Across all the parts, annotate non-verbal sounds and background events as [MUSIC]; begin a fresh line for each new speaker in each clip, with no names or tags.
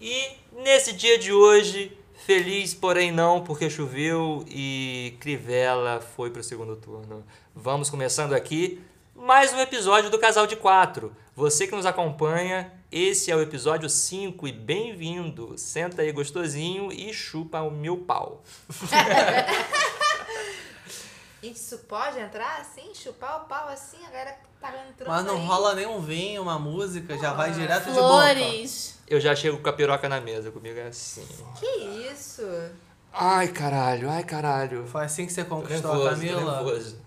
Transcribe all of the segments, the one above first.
E nesse dia de hoje, feliz, porém não, porque choveu e Crivella foi para o segundo turno. Vamos começando aqui mais um episódio do Casal de Quatro. Você que nos acompanha, esse é o episódio 5 e bem-vindo. Senta aí gostosinho e chupa o meu pau.
Isso pode entrar assim? Chupar o pau assim? A galera tá entrando.
Mas não
aí.
rola nenhum vinho, uma música, já vai direto Tá de então? boca.
Flores.
Eu já chego com a piroca na mesa, comigo é assim.
Que isso?
Ai, caralho, ai, caralho.
Foi assim que você
Tô
conquistou
nervoso,
a
tô
Camila.
nervoso.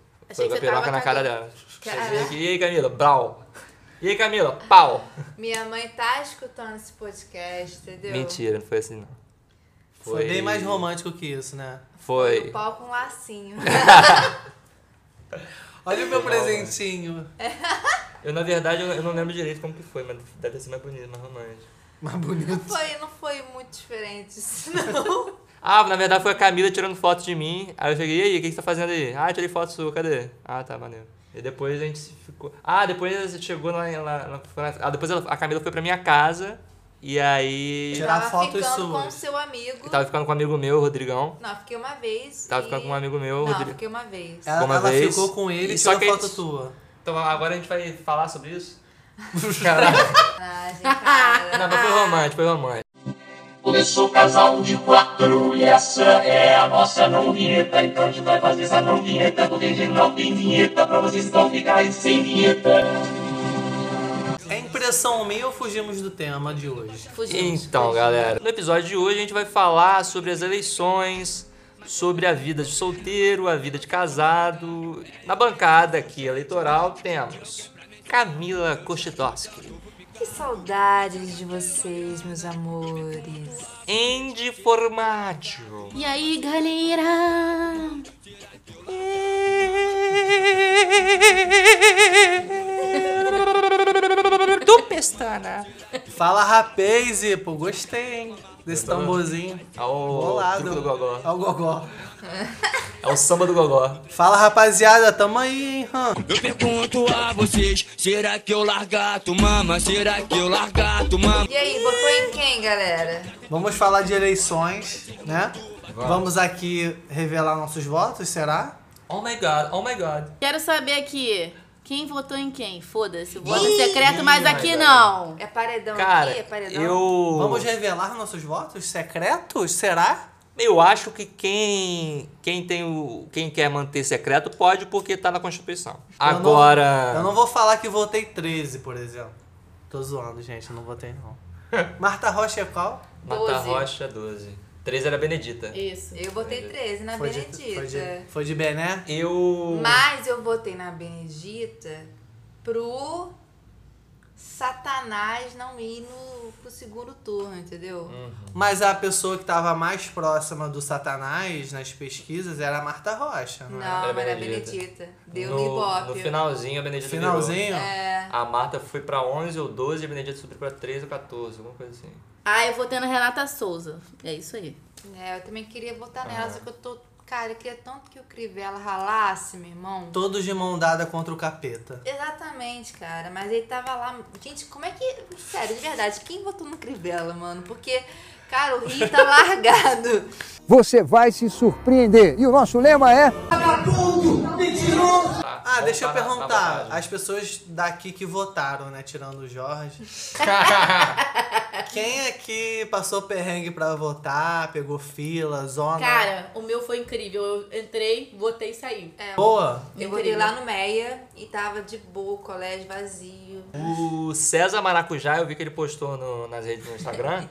Foi com a
Achei que você
piroca
tava
na cara
cagando. é,
dela.
Caraca.
Cheguei aqui, E aí, Camila? Brau. E aí, Camila? Pau.
Minha mãe tá escutando esse podcast, entendeu?
Mentira, não foi assim não.
Foi bem mais romântico que isso, né?
O
Foi.
pau com um lacinho. [LAUGHS]
Olha o meu
Foi mal,
presentinho.
Eu, na verdade, eu eu não lembro direito como que foi, mas deve ter sido mais bonito, mais romântico.
Mas bonito.
foi, não foi muito diferente isso, não.
Ah, na verdade foi a Camila tirando foto de mim. Aí eu cheguei, e aí, o que que você tá fazendo aí? Ah, tirei foto sua, cadê? Ah, tá, maneiro. E depois a gente se ficou. Ah, depois a gente chegou lá. lá, lá- foi na- Ah, depois ela- a Camila foi pra minha casa. E aí.
Tirar
tava
fotos
ficando com
suas.
seu amigo.
Eu tava ficando com um amigo meu, o Rodrigão.
Não, fiquei uma vez.
Tava
e-
ficando com um amigo meu, o
Não,
Rodrigo.
fiquei uma vez.
Ela,
Uma
ela
vez.
ficou com ele
E
e
só
tirou
que-
foto tua.
Então agora a gente vai falar sobre [LAUGHS] isso? Caralho.
Ah, gente, cara.
Não, mas foi romântico, foi romântico.
Começou o casal de quatro e essa é a nossa não vinheta. Então a gente vai fazer essa não vinheta porque a gente não tem vinheta pra vocês não ficarem sem vinheta.
É impressão minha ou fugimos do tema de hoje?
Fugimos.
Então, galera, no episódio de hoje a gente vai falar sobre as eleições, sobre a vida de solteiro, a vida de casado. Na bancada aqui eleitoral temos Camila Kochetoski,
Que saudades de vocês, meus amores.
Andy
[LAUGHS]
Formaggio,
E aí, galera?
do Pestana,
Fala rapaz, pô, gostei, hein? Desse
Gostou?
tamborzinho.
É o
Bolado.
truco do gogó.
É o gogó.
é o samba do gogó.
Fala rapaziada, tamo aí, hein? hã?
Eu pergunto a vocês, será que eu largato, mama? Será que eu largato, mama?
E aí, botou em quem, galera?
Vamos falar de eleições, né? Vamos aqui revelar nossos votos, será?
Oh my god, oh my god.
Quero saber aqui. Quem votou em quem? Foda-se. Voto é secreto, mas aqui não.
É paredão
Cara,
aqui? É paredão?
eu.
Vamos revelar nossos votos secretos, será?
Eu acho que quem quem tem o quem quer manter secreto pode porque tá na Constituição.
Eu não-
Agora
eu não vou falar que votei 13, por exemplo. Tô zoando, gente, eu não votei não. Marta Rocha é qual?
Mata
12.
Rocha 12. 13 era Benedita.
Isso.
Eu votei 13 na
Foi de-
Benedita.
foi de, foi de Bené?
Eu
Mas eu votei na Benedita pro Satanás não ir no, pro segundo turno, entendeu?
Hum. Mas a pessoa que tava mais próxima do Satanás nas pesquisas era a Marta Rocha, não, era?
Não,
Era
era
Benedita.
Benedita. Deu no
no, no
Ibope. É.
finalzinho a Benedita
Finalzinho?
virou. A Marta foi pra 11 ou 12 e a Benedita subiu pra 13 ou 14, alguma coisa assim.
Ah, eu votei na Renata Souza. É isso aí.
É, eu também queria
Ah.
votar nela, só que eu tô. Cara, eu queria tanto que o Crivella ralasse, meu irmão.
Todos de mão dada contra o capeta.
Exatamente, cara. Mas ele tava lá. Gente, como é que. Sério, de verdade, quem votou no Crivella, mano? Porque, cara, o
[LAUGHS]
Rio tá largado.
Você vai se surpreender. E o nosso lema é
Tá,
Ah,
vamos
deixa eu
parar na
perguntar.
vantagem.
As pessoas daqui que votaram, né? Tirando
[LAUGHS]
o Jorge. Quem aqui passou perrengue pra votar? Pegou fila, zona?
Cara, o meu foi incrível. Eu entrei, votei e saí.
É,
Boa?
eu votei lá no Meia e tava de boa, o colégio vazio.
É, O César Maracujá, eu vi que ele postou no- nas redes no
[LAUGHS]
Instagram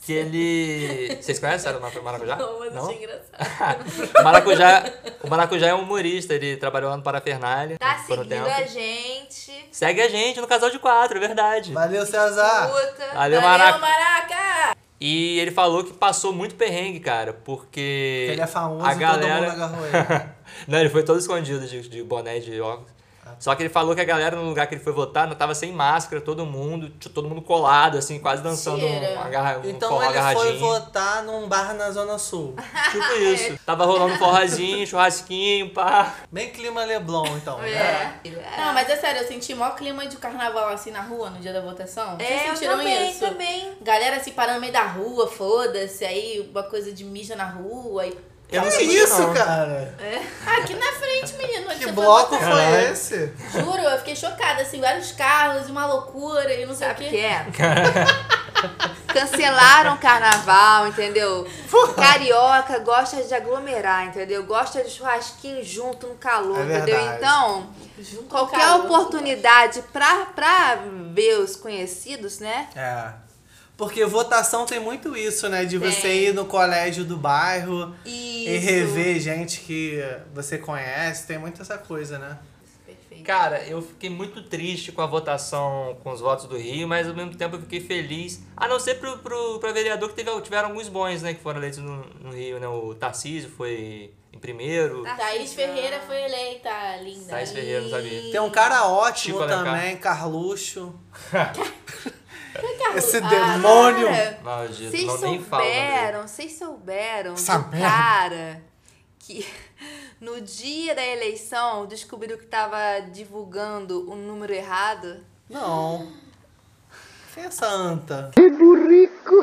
que ele. Vocês conhecem o César Maracujá?
Não, mas achei engraçado.
Maracujá, o Maracujá é um humorista, ele trabalhou lá no Parafernália.
Tá
por um
seguindo
tempo.
a gente.
Segue a gente no Casal de Quatro, é verdade.
Valeu, César!
Puta.
Valeu,
Valeu,
Maraca.
Maraca!
E ele falou que passou muito perrengue, cara, porque...
Ele é famoso
a
e todo
galera... [LAUGHS]
mundo agarrou ele. é
Não, ele foi todo escondido de, de boné e de óculos.
Ah.
Só que ele falou que a galera no lugar que ele foi votar não tava sem máscara, todo mundo, t- todo mundo colado, assim, quase dançando
Mentira.
um, agarra, um
Então
forró
ele foi
agarradinho.
votar num bar na Zona Sul.
Tipo isso. Tava rolando um forrozinho, churrasquinho, pá.
Bem clima Leblon, então. né?
É.
[LAUGHS] Não, mas é sério, eu senti mó clima de carnaval assim na rua no dia da votação. Vocês
É, eu
sentiram
também,
isso?
também.
Galera se parando no meio da rua, foda-se, aí uma coisa de mija na rua. E...
Eu
Que é
senti,
isso,
não.
cara?
É. Aqui na frente, menino. onde
Que
você foi
bloco
votar.
foi esse?
Juro, eu fiquei chocada, assim, vários carros, uma loucura e não sei
Sabe
o
o
quê.
que é?
[LAUGHS]
Cancelaram o carnaval, entendeu? Carioca gosta de aglomerar, entendeu? Gosta de churrasquinho junto no calor,
É
entendeu?
verdade.
Então,
Junto com
qualquer
calor.
oportunidade pra, pra ver os conhecidos, né?
É. Porque votação tem muito isso, né? De você ir no colégio do bairro e
Isso.
rever gente que você conhece. Tem muito essa coisa, né?
Perfeito.
Cara, eu fiquei muito triste com a votação com os votos do Rio, mas ao mesmo tempo eu fiquei feliz. A não ser pro, pro, pra vereador que teve, tiveram alguns bons, né? Que foram eleitos no, no Rio, né? O Tarcísio foi em primeiro.
Tá.
Thaís Ferreira foi eleita, linda.
Thaís Ferreira, não sabia.
Tem um cara ótimo
Chico Alencar.
também, Carluxo.
[LAUGHS]
Esse
Ah,
demônio.
cara,
Maldito,
Vocês
não nem né? falo.
souberam, vocês souberam do
Essa merda.
cara que [LAUGHS] no dia da eleição descobriu que tava divulgando um número errado?
Não. Quem é essa anta?
Que burrico!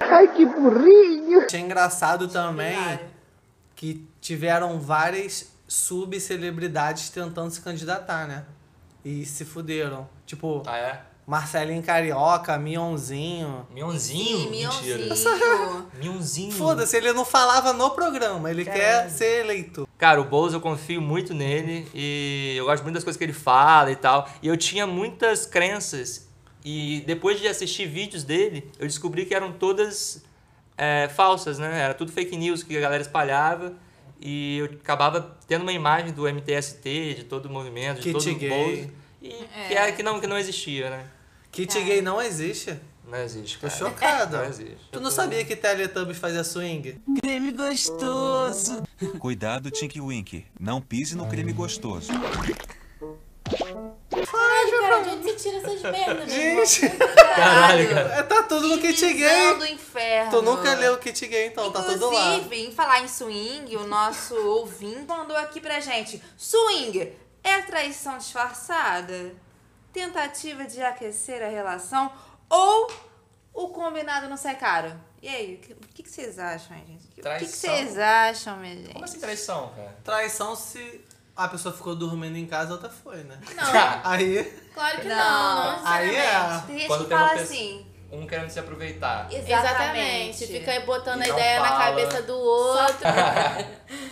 Ai, que burrinho!
Achei engraçado também
Claro.
que tiveram várias subcelebridades tentando se candidatar, né? E se fuderam. Tipo,
Ah, é?
Marcelinho Carioca, Mionzinho.
Mionzinho?
Ih,
Mentira.
Mionzinho.
Mionzinho.
Foda-se, ele não falava no programa, ele quer ser eleito.
Cara, o Boulos eu confio muito nele e eu gosto muito das coisas que ele fala e tal. E eu tinha muitas crenças e depois de assistir vídeos dele, eu descobri que eram todas é, falsas, né? Era tudo fake news que a galera espalhava e eu acabava tendo uma imagem do MTST, de todo o movimento, de
Kit
todo o
gay.
Boulos. E que,
É.
era, que, não, que não existia, né?
Kit gay não existe.
Não existe,
Tô
cara.
chocado.
Não existe.
Tu não sabia que Teletubbies fazia swing?
Creme gostoso.
Cuidado, Tink Wink. Não pise no creme gostoso.
Cara, de onde é você tira essas merdas, meu irmão?
Gente,
Caralho, cara.
é, tá tudo no Kit
Visão
gay.
do inferno.
Tu nunca leu Kit gay, então, tá tudo lá.
Inclusive, em falar em swing, o nosso
[LAUGHS]
ouvinte mandou aqui pra gente. Swing é traição disfarçada? Tentativa de aquecer a relação? Ou o combinado não sai caro? E aí, o que- o que, que vocês acham, gente? O que- O que, que
Traição.
vocês acham, minha
Como
gente?
assim traição, cara?
Traição se a pessoa ficou dormindo em casa, a outra foi, né?
Cara,
Aí,
Claro que não,
Não.
não,
aí é.
Tem gente
Quando
que
tem uma
fala
pessoa-
assim.
um querendo se aproveitar.
Exatamente. Fica aí botando a
Não
ideia na
Então fala.
cabeça do outro.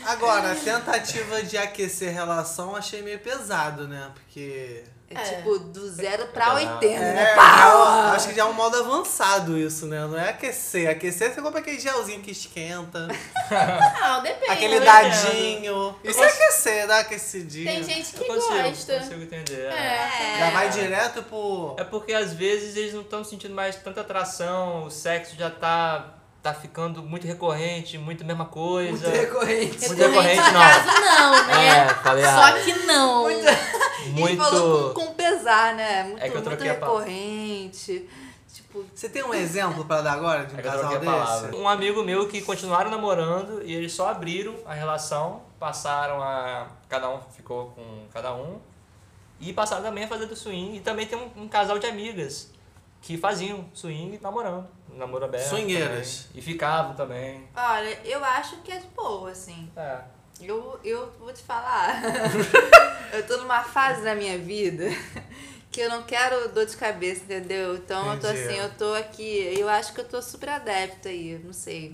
Agora, tentativa de aquecer relação achei meio pesado, né? Porque.
É tipo, do zero pra
É.
80. né?
É, já- acho que já é um modo avançado isso, né? Não é aquecer. Aquecer você compra aquele gelzinho que esquenta,
Não, depende.
aquele
né?
dadinho. Isso é aquecer, dá aquecidinho.
Tem gente que
eu consigo,
gosta.
consigo entender.
É.
Já vai direto pro.
É porque às vezes eles não estão sentindo mais tanta atração, o sexo já tá, tá ficando muito recorrente, muito mesma coisa. Muito
Recorrente.
recorrente,
no
não.
caso, não, né?
É, falei
Só
errado.
que não.
Ele falou com, com pesar, né? Muito,
É que eu
muito
troquei a palavra.
recorrente. Tipo,
Você tem um exemplo pra dar agora de um
É que eu troquei
casal
a palavra.
desse?
Um amigo meu que continuaram namorando e eles só abriram a relação, passaram a. Cada um ficou com cada um. E passaram também a fazer do swing. E também tem um, um casal de amigas que faziam swing namorando. Namoro aberto.
Swingueiras.
também. E ficavam também.
olha, eu acho que é de boa, assim.
É.
Eu, eu vou te falar. [LAUGHS] eu tô numa fase da minha vida [LAUGHS] que eu não quero dor de cabeça, entendeu? Então eu tô
Entendi.
assim, eu tô aqui. Eu acho que eu tô super adepta aí, não sei.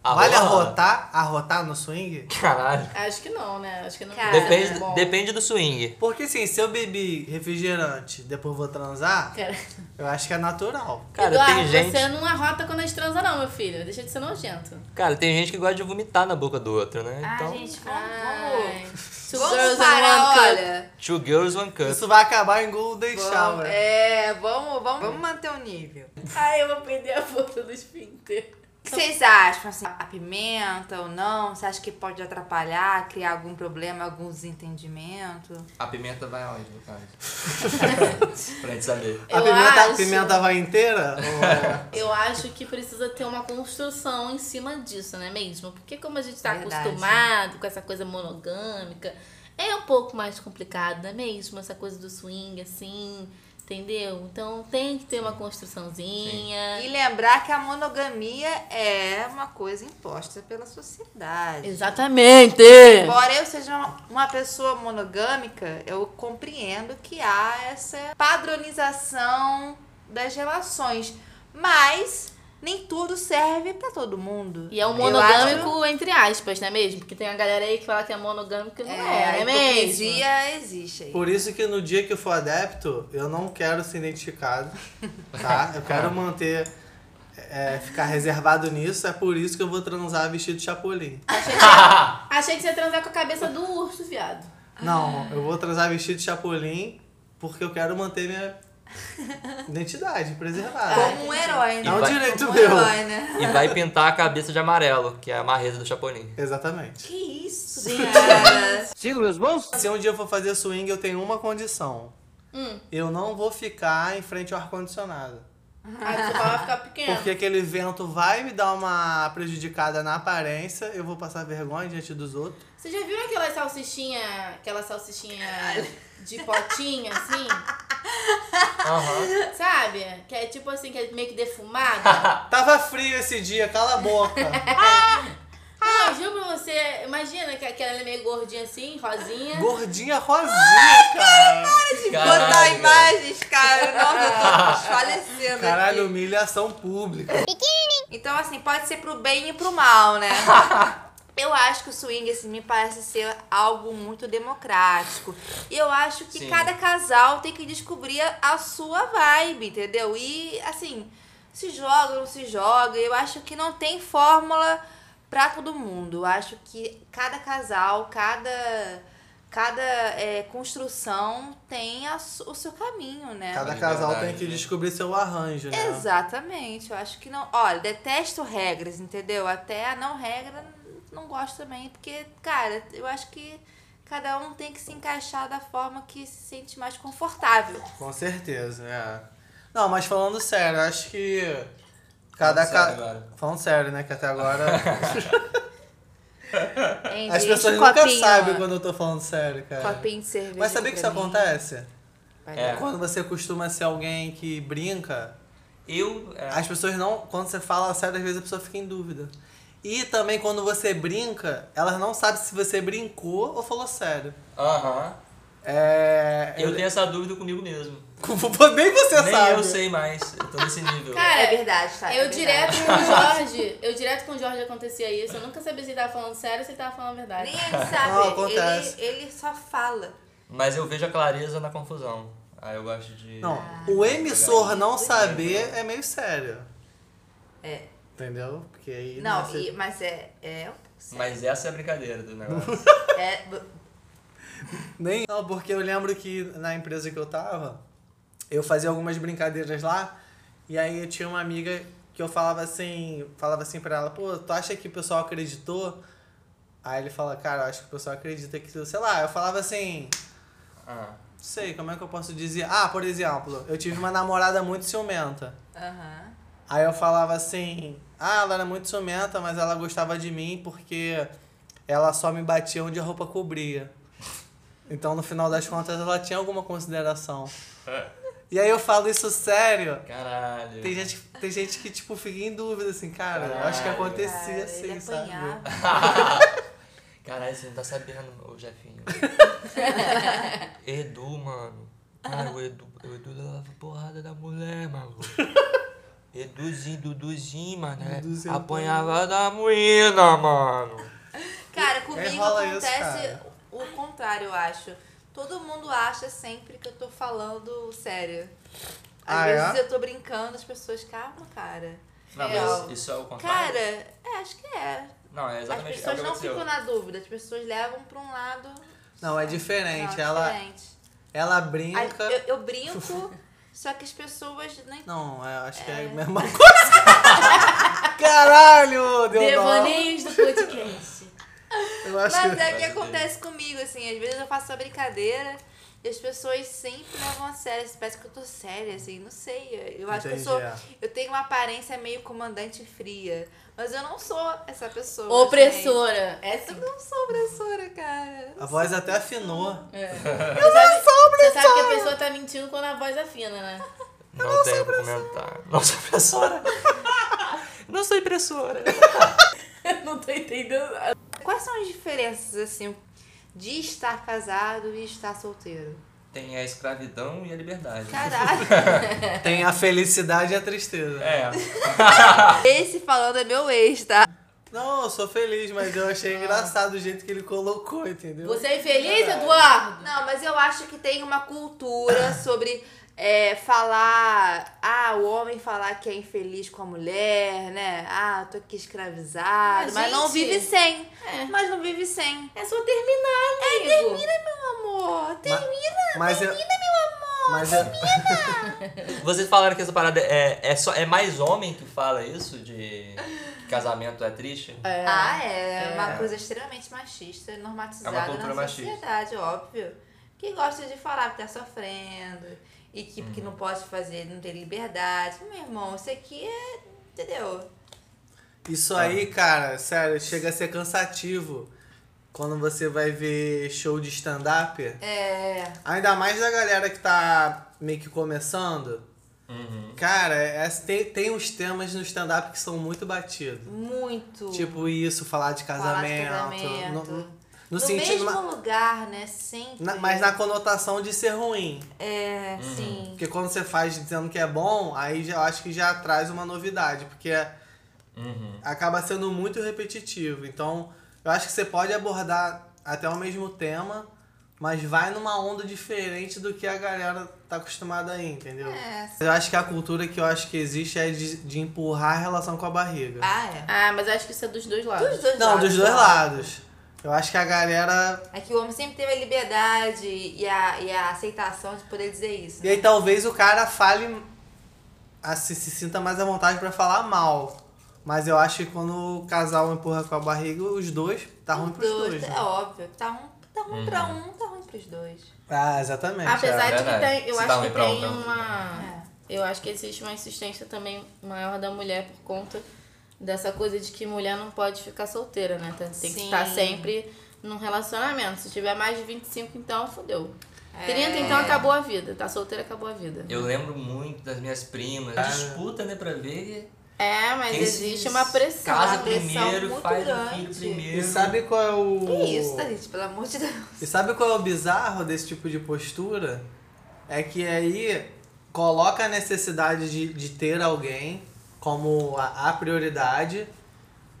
Vale
Arrola?
arrotar? Arrotar no swing?
Caralho.
Acho que não, né? Acho que não. né?
Cara,
Depende,
Bom,
depende do swing.
Porque assim, se eu bebi refrigerante depois vou transar,
Cara,
eu acho que é natural.
Cara,
Eduardo,
tem gente.
você não arrota quando a gente transa, não, meu filho. Deixa de ser nojento.
Cara, tem gente que gosta de vomitar na boca do outro, né?
Ah,
então.
Ai. Two
vamos, vamos
girls and
parar,
one cup.
olha.
Two girls, one cup.
Isso vai acabar em Golden
Vamos,
Shower.
é, vamos, vamos, vamos manter o nível.
Ai, eu vou perder a volta do esfíncter.
que vocês acham? Assim, a pimenta ou não? Você acha que pode atrapalhar, criar algum problema, algum desentendimento?
A pimenta vai aonde, no
[LAUGHS]
caso? pra gente saber.
A
Eu
pimenta, a
acho-
pimenta
[LAUGHS]
vai inteira? é?
Eu acho que precisa ter uma construção em cima disso, não é mesmo? Porque como a gente tá
Verdade.
acostumado com essa coisa monogâmica, é um pouco mais complicado, não é mesmo? Essa coisa do swing, assim, entendeu? Então tem que ter uma construçãozinha.
E lembrar que a monogamia é uma coisa imposta pela sociedade.
Exatamente!
Embora eu seja uma- uma pessoa monogâmica, eu compreendo que há essa padronização das relações. Mas nem tudo serve pra todo mundo.
E é um
Eu
monogâmico, entre aspas, não é mesmo? Porque tem a galera aí que fala que é monogâmico e
acho-
não
É,
é,
a
não é mesmo?
hipocrisia existe aí.
Por isso que no dia que eu for adepto, eu não quero ser identificado, tá?
[LAUGHS]
Eu quero manter, é, ficar reservado nisso. É por isso que eu vou transar vestido de chapolim.
Achei que, ia- achei que você ia transar com a cabeça do urso, viado.
Não, eu vou transar vestido de chapolim porque eu quero manter minha identidade preservada.
Como um herói,
É
né?
um
vai-
direito
Como um
meu.
herói, né?
E vai pintar a cabeça de amarelo, que é a marreta do Chapolin.
Exatamente.
Que isso, cara?
Sigo meus bons?
Se um dia eu for fazer swing, eu tenho uma condição. Eu não vou ficar em frente ao ar-condicionado.
Aí você vai ficar pequeno.
Porque aquele vento vai me dar uma prejudicada na aparência, eu vou passar vergonha diante dos outros.
Você já viu aquela salsichinha, aquela salsichinha de potinho, assim? Sabe? Que é tipo assim, que é meio que
[LAUGHS]
defumada.
Tava frio esse dia, cala a boca.
Não, eu juro pra você, imagina que aquela ela é meio gordinha assim, rosinha.
Gordinha rosinha, cara.
Botar
Caralho,
imagens, cara. Nossa, eu tô desfalecendo
Caralho,
aqui.
humilhação pública.
Então, assim, pode ser pro bem e pro mal, né? Eu acho que o swing, assim, me parece ser algo muito democrático. E eu acho que
Sim.
cada casal tem que descobrir a- a sua vibe, entendeu? E, assim, se joga ou não se joga. Eu acho que não tem fórmula pra todo mundo. Eu acho que cada casal, cada, cada é, construção tem a su- o seu caminho, né?
Cada
É
casal
verdade,
tem que
né?
descobrir seu arranjo, né?
Exatamente, eu acho que não. Olha, detesto regras, entendeu? Até a não regra não gosto também, porque, cara, eu acho que cada um tem que se encaixar da forma que se sente mais confortável.
Com certeza, é. Não, mas falando sério, eu acho que cada
Falando sério
ca-
agora.
Falando sério, né? Que até agora
Hein,
as
gente?
pessoas
Um
nunca
copinho,
sabem
ó.
quando eu tô falando sério, cara.
Copinho de cerveja.
Mas sabia que
aqui
isso
pra mim.
acontece?
Vai
É.
dar.
Quando você costuma ser alguém que brinca,
Eu. é,
As pessoas não. Quando você fala sério, às vezes a pessoa fica em dúvida. E também quando você brinca, elas não sabem se você brincou ou falou sério.
Aham.
É.
Eu tenho essa dúvida comigo mesmo.
[LAUGHS] Nem você
Nem
sabe.
eu sei mais. Eu tô nesse nível.
Cara,
É verdade, tá?
Eu
é verdade.
direto
[LAUGHS]
com o Jorge, eu direto com o Jorge acontecia isso. Eu nunca sabia se ele tava falando sério ou se ele tava falando a verdade.
Nem [LAUGHS] ele
Não,
sabe,
acontece.
ele, ele só fala.
Mas eu vejo a clareza na confusão. Aí eu gosto de.
Não,
Ah,
Ah.
o
tá.
emissor não saber é meio sério.
É.
Entendeu? Porque aí.
Não,
você-
e- mas é. é um pouco sério.
Mas essa é a brincadeira do negócio.
[LAUGHS]
É, b-
Nem. Não, porque eu lembro que na empresa que eu tava, eu fazia algumas brincadeiras lá, e aí eu tinha uma amiga que eu falava assim, falava assim pra ela, pô, tu acha que o pessoal acreditou? Aí ele fala, cara, eu acho que o pessoal acredita que, tu-" sei lá, eu falava assim,
Ah.
não sei, como é que eu posso dizer? Ah, por exemplo, eu tive uma namorada muito ciumenta.
aham.
Aí eu falava assim, ah, ela era muito ciumenta, mas ela gostava de mim porque ela só me batia onde a roupa cobria. Então, no final das contas, ela tinha alguma consideração. E aí eu falo isso sério.
Caralho.
Tem gente, tem gente que, tipo, fica em dúvida, assim, cara, eu acho que acontecia
Cara,
assim,
ele
sabe?
apanhava.
[LAUGHS] Caralho, você não tá sabendo,
[LAUGHS]
ô Jefinho. Edu, mano. Cara, o Edu, o Edu dava porrada da mulher, maluco. Eduzinho, Duduzinho, mano. né?
Duduzinho.
Apanhava da moína, mano.
Cara, comigo
É, rola isso,
acontece
cara.
o contrário, eu acho. Todo mundo acha sempre que eu tô falando sério. Às
Ah, é?
vezes eu tô brincando, as pessoas, calma, cara.
Não,
Real.
mas isso é o contrário.
Cara, é, acho que é.
não, é
As
exatamente é o
pessoas
que
não
aconteceu.
ficam na dúvida, as pessoas levam pra um lado.
Não, é
não,
diferente.
é
ela,
diferente.
ela
Aí
brinca.
Eu, eu
[LAUGHS]
brinco, só que as pessoas não entendem.
Não, eu acho que é a mesma é [LAUGHS] coisa. Caralho! Deu nó.
Devaneios do [LAUGHS] podcast.
Eu acho
Mas é
que...
o que acontece comigo, assim. Às vezes eu faço uma brincadeira e as pessoas sempre levam a sério. assim, Parece que eu tô séria, assim. Não sei. Eu acho que
Entendi,
eu sou.
é.
Eu tenho uma aparência meio comandante fria. Mas eu não sou essa pessoa.
Opressora. É
gente.
assim.
Eu não sou opressora, cara.
A voz até afinou.
Você sabe que a pessoa tá mentindo quando a voz afina, né?
Não tenho o que comentar. Não sou impressora. Não sou impressora.
[LAUGHS] Eu não tô entendendo nada.
Quais são as diferenças, assim, de estar casado e estar solteiro?
Tem a escravidão e a liberdade.
Caralho.
[LAUGHS] Tem a felicidade e a tristeza.
É.
Esse falando é meu ex, tá?
Não, eu sou feliz, mas eu achei engraçado o jeito que ele colocou, entendeu?
Você é infeliz, Eduardo?
Não, mas eu acho que tem uma cultura [LAUGHS] sobre é, falar. Ah, o homem falar que é infeliz com a mulher, né? Ah, eu tô aqui escravizado.
Mas,
Mas, não
Ah, gente,
vive sem.
é.
Mas não vive sem.
É só terminar, amigo. É, termina.
Meu amor, tem
Ma-
é
mas eu... Mas eu...
Vocês falaram que essa parada é, é, só, é mais homem que fala isso? De que casamento é triste?
Ah, é, Uma coisa extremamente machista, normatizada
É uma cultura
na
machista.
sociedade, óbvio. Que gosta de falar que tá sofrendo e que,
Uhum.
que não pode fazer, não tem liberdade. Meu irmão, isso aqui é. Entendeu?
Isso aí, cara, sério, chega a ser cansativo quando você vai ver show de stand-up.
É.
Ainda mais da galera que tá meio que começando. Cara, é- tem, tem uns temas no stand-up que são muito batidos.
Muito.
Tipo isso, falar de
Falar de
casamento.
casamento.
No, no
no
sentido.
mesmo
na-
lugar, né? Sempre.
na- mas na conotação de ser ruim.
É, sim.
Porque quando você faz dizendo que é bom, aí já, eu acho que já traz uma novidade, porque é- acaba sendo muito repetitivo. Então, eu acho que você pode abordar até o mesmo tema, mas vai numa onda diferente do que a galera tá acostumada aí, entendeu?
É.
Eu acho que a cultura que eu acho que existe é de, de empurrar a relação com a barriga.
Ah, é.
Ah, mas eu acho que isso é dos dois lados.
Dos dois
Não,
lados,
dos dois
né?
lados. Eu acho que a galera
É que o homem sempre teve a liberdade e a, e a aceitação de poder dizer isso.
E
né?
aí talvez o cara fale. Assim, se sinta mais à vontade pra falar mal. Mas eu acho que quando o casal empurra com a barriga, os dois, tá ruim pros
Dois,
dois. né?
É óbvio. Tá um, tá um pra
Uhum.
um, tá ruim pros dois.
Ah, exatamente.
Apesar
é.
de que
verdade.
tem, eu
tá
Se dá
acho
um
que
e pra um,
tem
dá um.
uma.
É.
Eu acho que existe uma insistência também maior da mulher por conta dessa coisa de que mulher não pode ficar solteira, né? Tem tem que
Sim.
estar sempre num relacionamento. Se tiver mais de 25, então fodeu.
É.
30, então acabou a vida. Tá solteira, acabou a vida.
Eu lembro muito das minhas primas.
Ah.
Disputa, né, pra ver.
É, mas
quem se
existe uma pressão.
Casa
uma pressão
primeiro,
muito
faz o
grande.
filho
E
primeiro.
sabe qual é o.
Que isso, tá, gente? Pelo amor de Deus.
E sabe qual é o bizarro desse tipo de postura? É que aí coloca a necessidade de, de ter alguém como a, a prioridade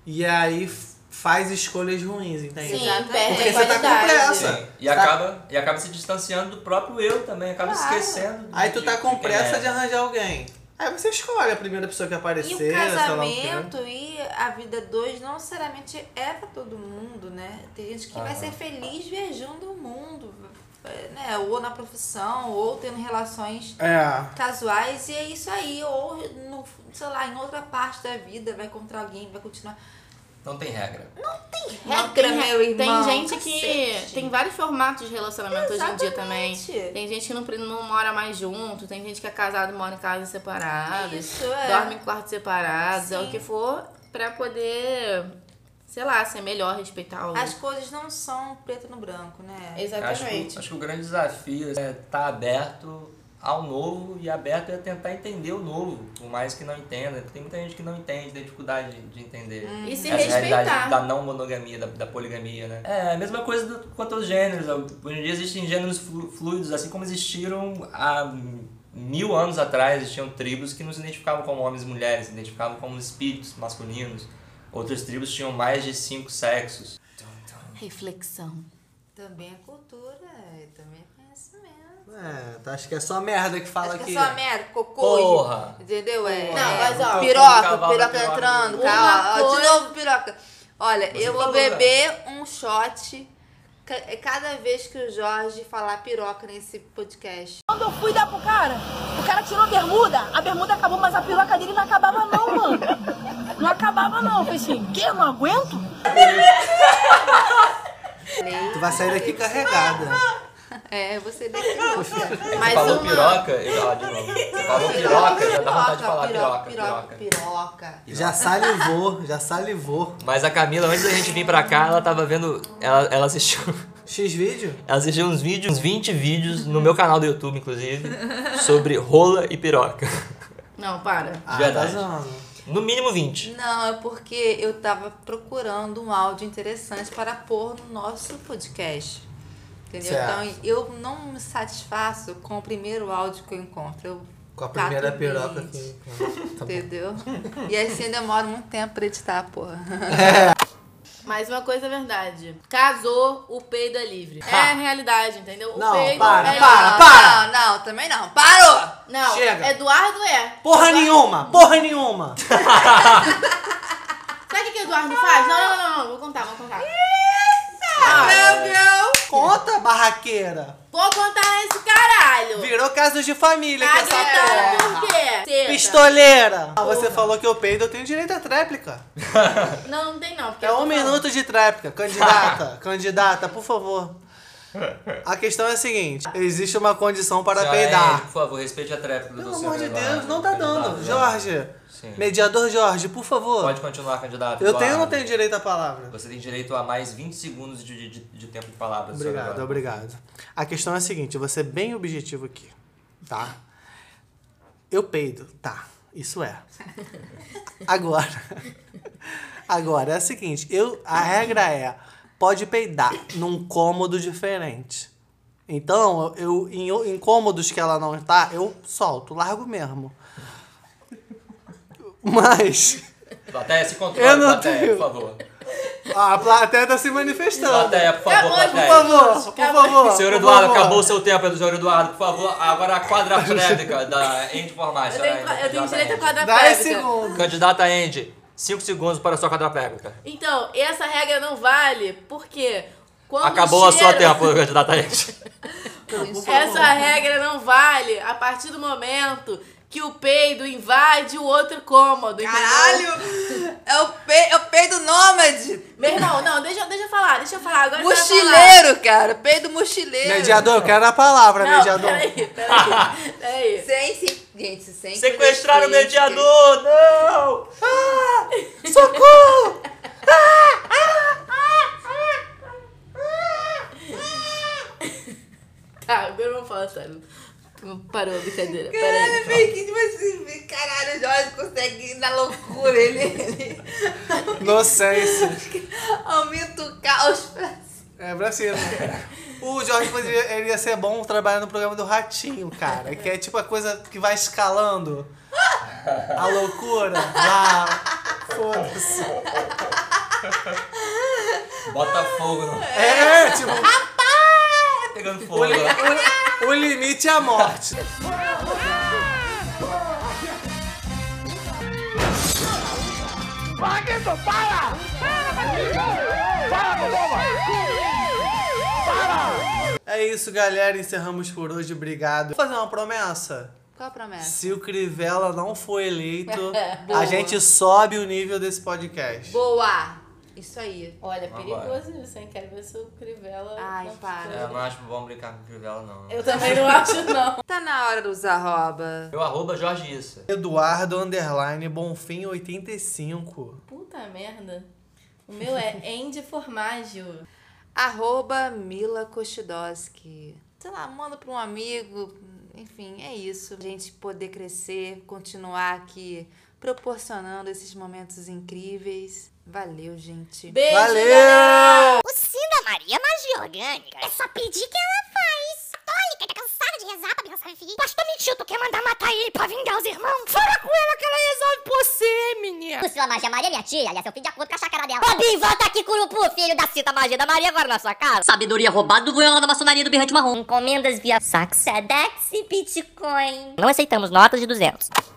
e aí f- faz escolhas ruins, entende?
Sim,
Exatamente.
perde
Porque
a
você tá com
qualidade.
pressa.
Sim. E acaba, e acaba se distanciando do próprio eu também, acaba
Claro.
esquecendo.
Aí tu tá
de-
com
de quem
pressa
é.
de arranjar alguém. Aí você escolhe a primeira pessoa que
E
aparecer,
o
sei lá o quê.
casamento e a vida dois não necessariamente é pra todo mundo, né? Tem gente que vai ser feliz viajando o mundo, né? Ou na profissão, ou tendo relações
É.
casuais, e é isso aí. Ou, no, sei lá, em outra parte da vida vai encontrar alguém, vai continuar.
Não tem regra.
Não,
Regra,
É, tem,
meu irmão.
Tem gente que.
Cacete.
Tem vários formatos de relacionamento hoje em dia também.
Exatamente.
Tem gente que não, pre- não mora mais junto, tem gente que é casado e mora em casas separadas,
Isso, é.
dorme em quartos separados, é o
Sim.
que for, pra poder, sei lá, ser melhor, respeitar o.
As coisas não são preto no branco, né?
Acho que,
Exatamente.
acho que o grande desafio é estar aberto ao novo e aberto a tentar entender o novo, por mais que não entenda. Tem muita gente que não entende, tem dificuldade de- de entender.
E Hum,
é
se
Essa realidade da
respeitar.
não monogamia, da, da poligamia, né? É, a mesma coisa do, quanto aos gêneros. Hoje em dia existem gêneros flu- fluidos, assim como existiram há mil anos atrás, existiam tribos que não se identificavam como homens e mulheres, se identificavam como espíritos masculinos. Outras tribos tinham mais de cinco sexos.
Reflexão.
Também é cultura, é, também é conhecimento.
É, tá, acho que é só merda que fala
Acho que
que.
é só merda, cocô.
Porra!
Entendeu? É,
Não, mas, ó,
um
piroca,
cavalo
piroca
piroca.
entrando,
Uma
cara. ó,
coisa-
De novo, piroca. Olha,
Você
eu vou
falou,
beber um shot ca- é cada vez que o Jorge falar piroca nesse podcast.
Quando eu fui dar pro cara, o cara tirou a bermuda, a bermuda acabou, mas a piroca dele não acabava não, mano. Não acabava. brava não. Eu falei assim, que? Eu não aguento?
Tu vai sair daqui carregada. [LAUGHS]
É, você daqui.
Você falou piroca, eu ah, de novo. Você falou piroca, já dá vontade de falar
piroca,
piroca, piroca.
piroca.
Já salivou, já salivou.
Mas a Camila, antes da gente vir pra cá, ela tava vendo. Ela,
[LAUGHS]
ela assistiu.
X vídeo?
Ela assistiu uns vídeos, uns 20 vídeos no meu canal do YouTube, inclusive, sobre rola
[LAUGHS]
e piroca.
Não, para.
Ah,
Verdade.
tá zoando.
No mínimo 20.
Não, é porque eu tava procurando um áudio interessante para pôr no nosso podcast. Entendeu?
Certo.
Então eu não me satisfaço com o primeiro áudio que eu encontro. Eu
Com a primeira
cato
piroca
20,
aqui. então. Tá
Entendeu? e assim eu demoro muito tempo pra editar, porra.
Mas uma coisa é verdade. Casou, o peido é livre. É a realidade, entendeu? O
Não,
peido
[LAUGHS]
para,
é
Ah, para,
livre.
para.
Não, não, também não. Parou!
Não,
Chega.
Eduardo é.
Porra
Eduardo-
nenhuma! Porra nenhuma!
Sabe o que que Eduardo faz? Não, não, não, não, não, vou contar, vou contar.
Meu Deus!
Conta, barraqueira!
Vou contar esse caralho.
Virou casos de família
Tá
que essa
gritando
porra!
por quê? Teta.
Pistoleira! Ah, você falou que eu peido, eu tenho direito à tréplica.
Não, não tem não. porque
É
eu tô
um
falando.
minuto de tréplica. Candidata, candidata, por favor. A questão é a seguinte: existe uma condição para
Já é,
peidar.
Por favor, respeite a tréplica do
Pelo
seu
amor de
candidato.
Deus, não tá dando.
né?
Candidato,
Jorge,
Sim.
mediador Jorge, por favor.
Pode continuar, candidato.
eu tenho ou não
Eduardo.
tenho direito à palavra?
Você tem direito a mais 20 segundos de, de, de tempo de palavra. senhor
Obrigado,
Eduardo.
obrigado. A questão é a seguinte, eu vou ser bem objetivo aqui, tá? Eu peido, tá, isso [LAUGHS] é. Agora, [LAUGHS] agora é a seguinte, eu, a regra é, pode peidar num cômodo diferente. Então, eu, em, o- em cômodos que ela não tá, eu solto, largo mesmo. Mas,
Plateia, se controle,
Eu não
plateia,
tenho.
por favor.
a plateia tá se manifestando.
Plateia, por favor,
Acabou,
Por
plateia.
favor, por favor.
Senhor
por
Eduardo,
favor.
acabou o seu tempo, senhor Eduardo, por favor. Agora é a quadrafrédica da End Formácia.
Eu tenho, eu tenho direito a quadra
10
prévia.
segundos.
Candidata Andy, 5 segundos para a sua quadraplégica.
Então, essa regra não vale, porque quando
Acabou
chega...
a sua tempo, candidata
[LAUGHS]
Andy.
Essa regra não vale a partir do momento que o peido invade o outro cômodo, entendeu?
Caralho! É o, pe... é o peido nômade!
Meu irmão, não, deixa, deixa eu falar, deixa eu falar. Agora você vai falar.
Mochileiro, cara! Peido mochileiro!
Mediador, eu quero a palavra,
Não,
mediador.
peraí, peraí,
[LAUGHS]
peraí.
Sem, sem... Gente, sem
Sequestraram o
poder
mediador, não!
Socorro!
Tá, agora vamos falar sério. Parou a brincadeira,
Caralho,
peraí.
vem que tipo assim, caralho, o Jorge consegue ir na loucura, ele, ele
Inocência.
aumenta o caos pra
É brasileiro. né? O Jorge poderia ele ia ser bom trabalhar no programa do Ratinho, cara. Que é tipo a coisa que vai escalando. A loucura. lá. Foda-se.
Bota fogo, não.
É, tipo,
Pegando fogo. né?
o limite é a morte. É isso, galera. Encerramos por hoje. Obrigado. Vou fazer uma promessa.
Qual a promessa?
Se o Crivella não for eleito, a
É. Boa.
gente sobe o nível desse podcast.
Boa! Isso aí.
Olha,
Vamos
perigoso isso, hein? Quero ver se o Crivella...
Ai,
não-
para.
É, eu não acho bom brincar com crivela, não.
Eu também não acho, não.
Tá na hora de usar arroba.
Meu arroba é Jorge Issa.
Eduardo Underline Bonfim 85.
Puta merda. O meu é Andy Formaggio.
Arroba Mila Kostidoski. Sei lá, manda pra um amigo. Enfim, é isso. A gente poder crescer, continuar aqui proporcionando esses momentos incríveis. Valeu, gente.
Beijo,
Valeu!
galera!
Cida Maria é Magia Orgânica é só pedir que ela faz. Católica, tá cansada de rezar pra pensar em filho. Pastor mentiu, tu quer mandar matar ele pra vingar os irmãos? Fala com ela que ela resolve você, menina. Cida Magia Maria é minha tia, aliás, eu fiz de acordo com a chácara dela. Robin, volta aqui, curupu, filho da Cita Magia da Maria, agora na sua casa. Sabedoria roubada do goiano da maçonaria do berrante marrom. Encomendas via Sax, Sedex e Bitcoin. Não aceitamos notas de 200.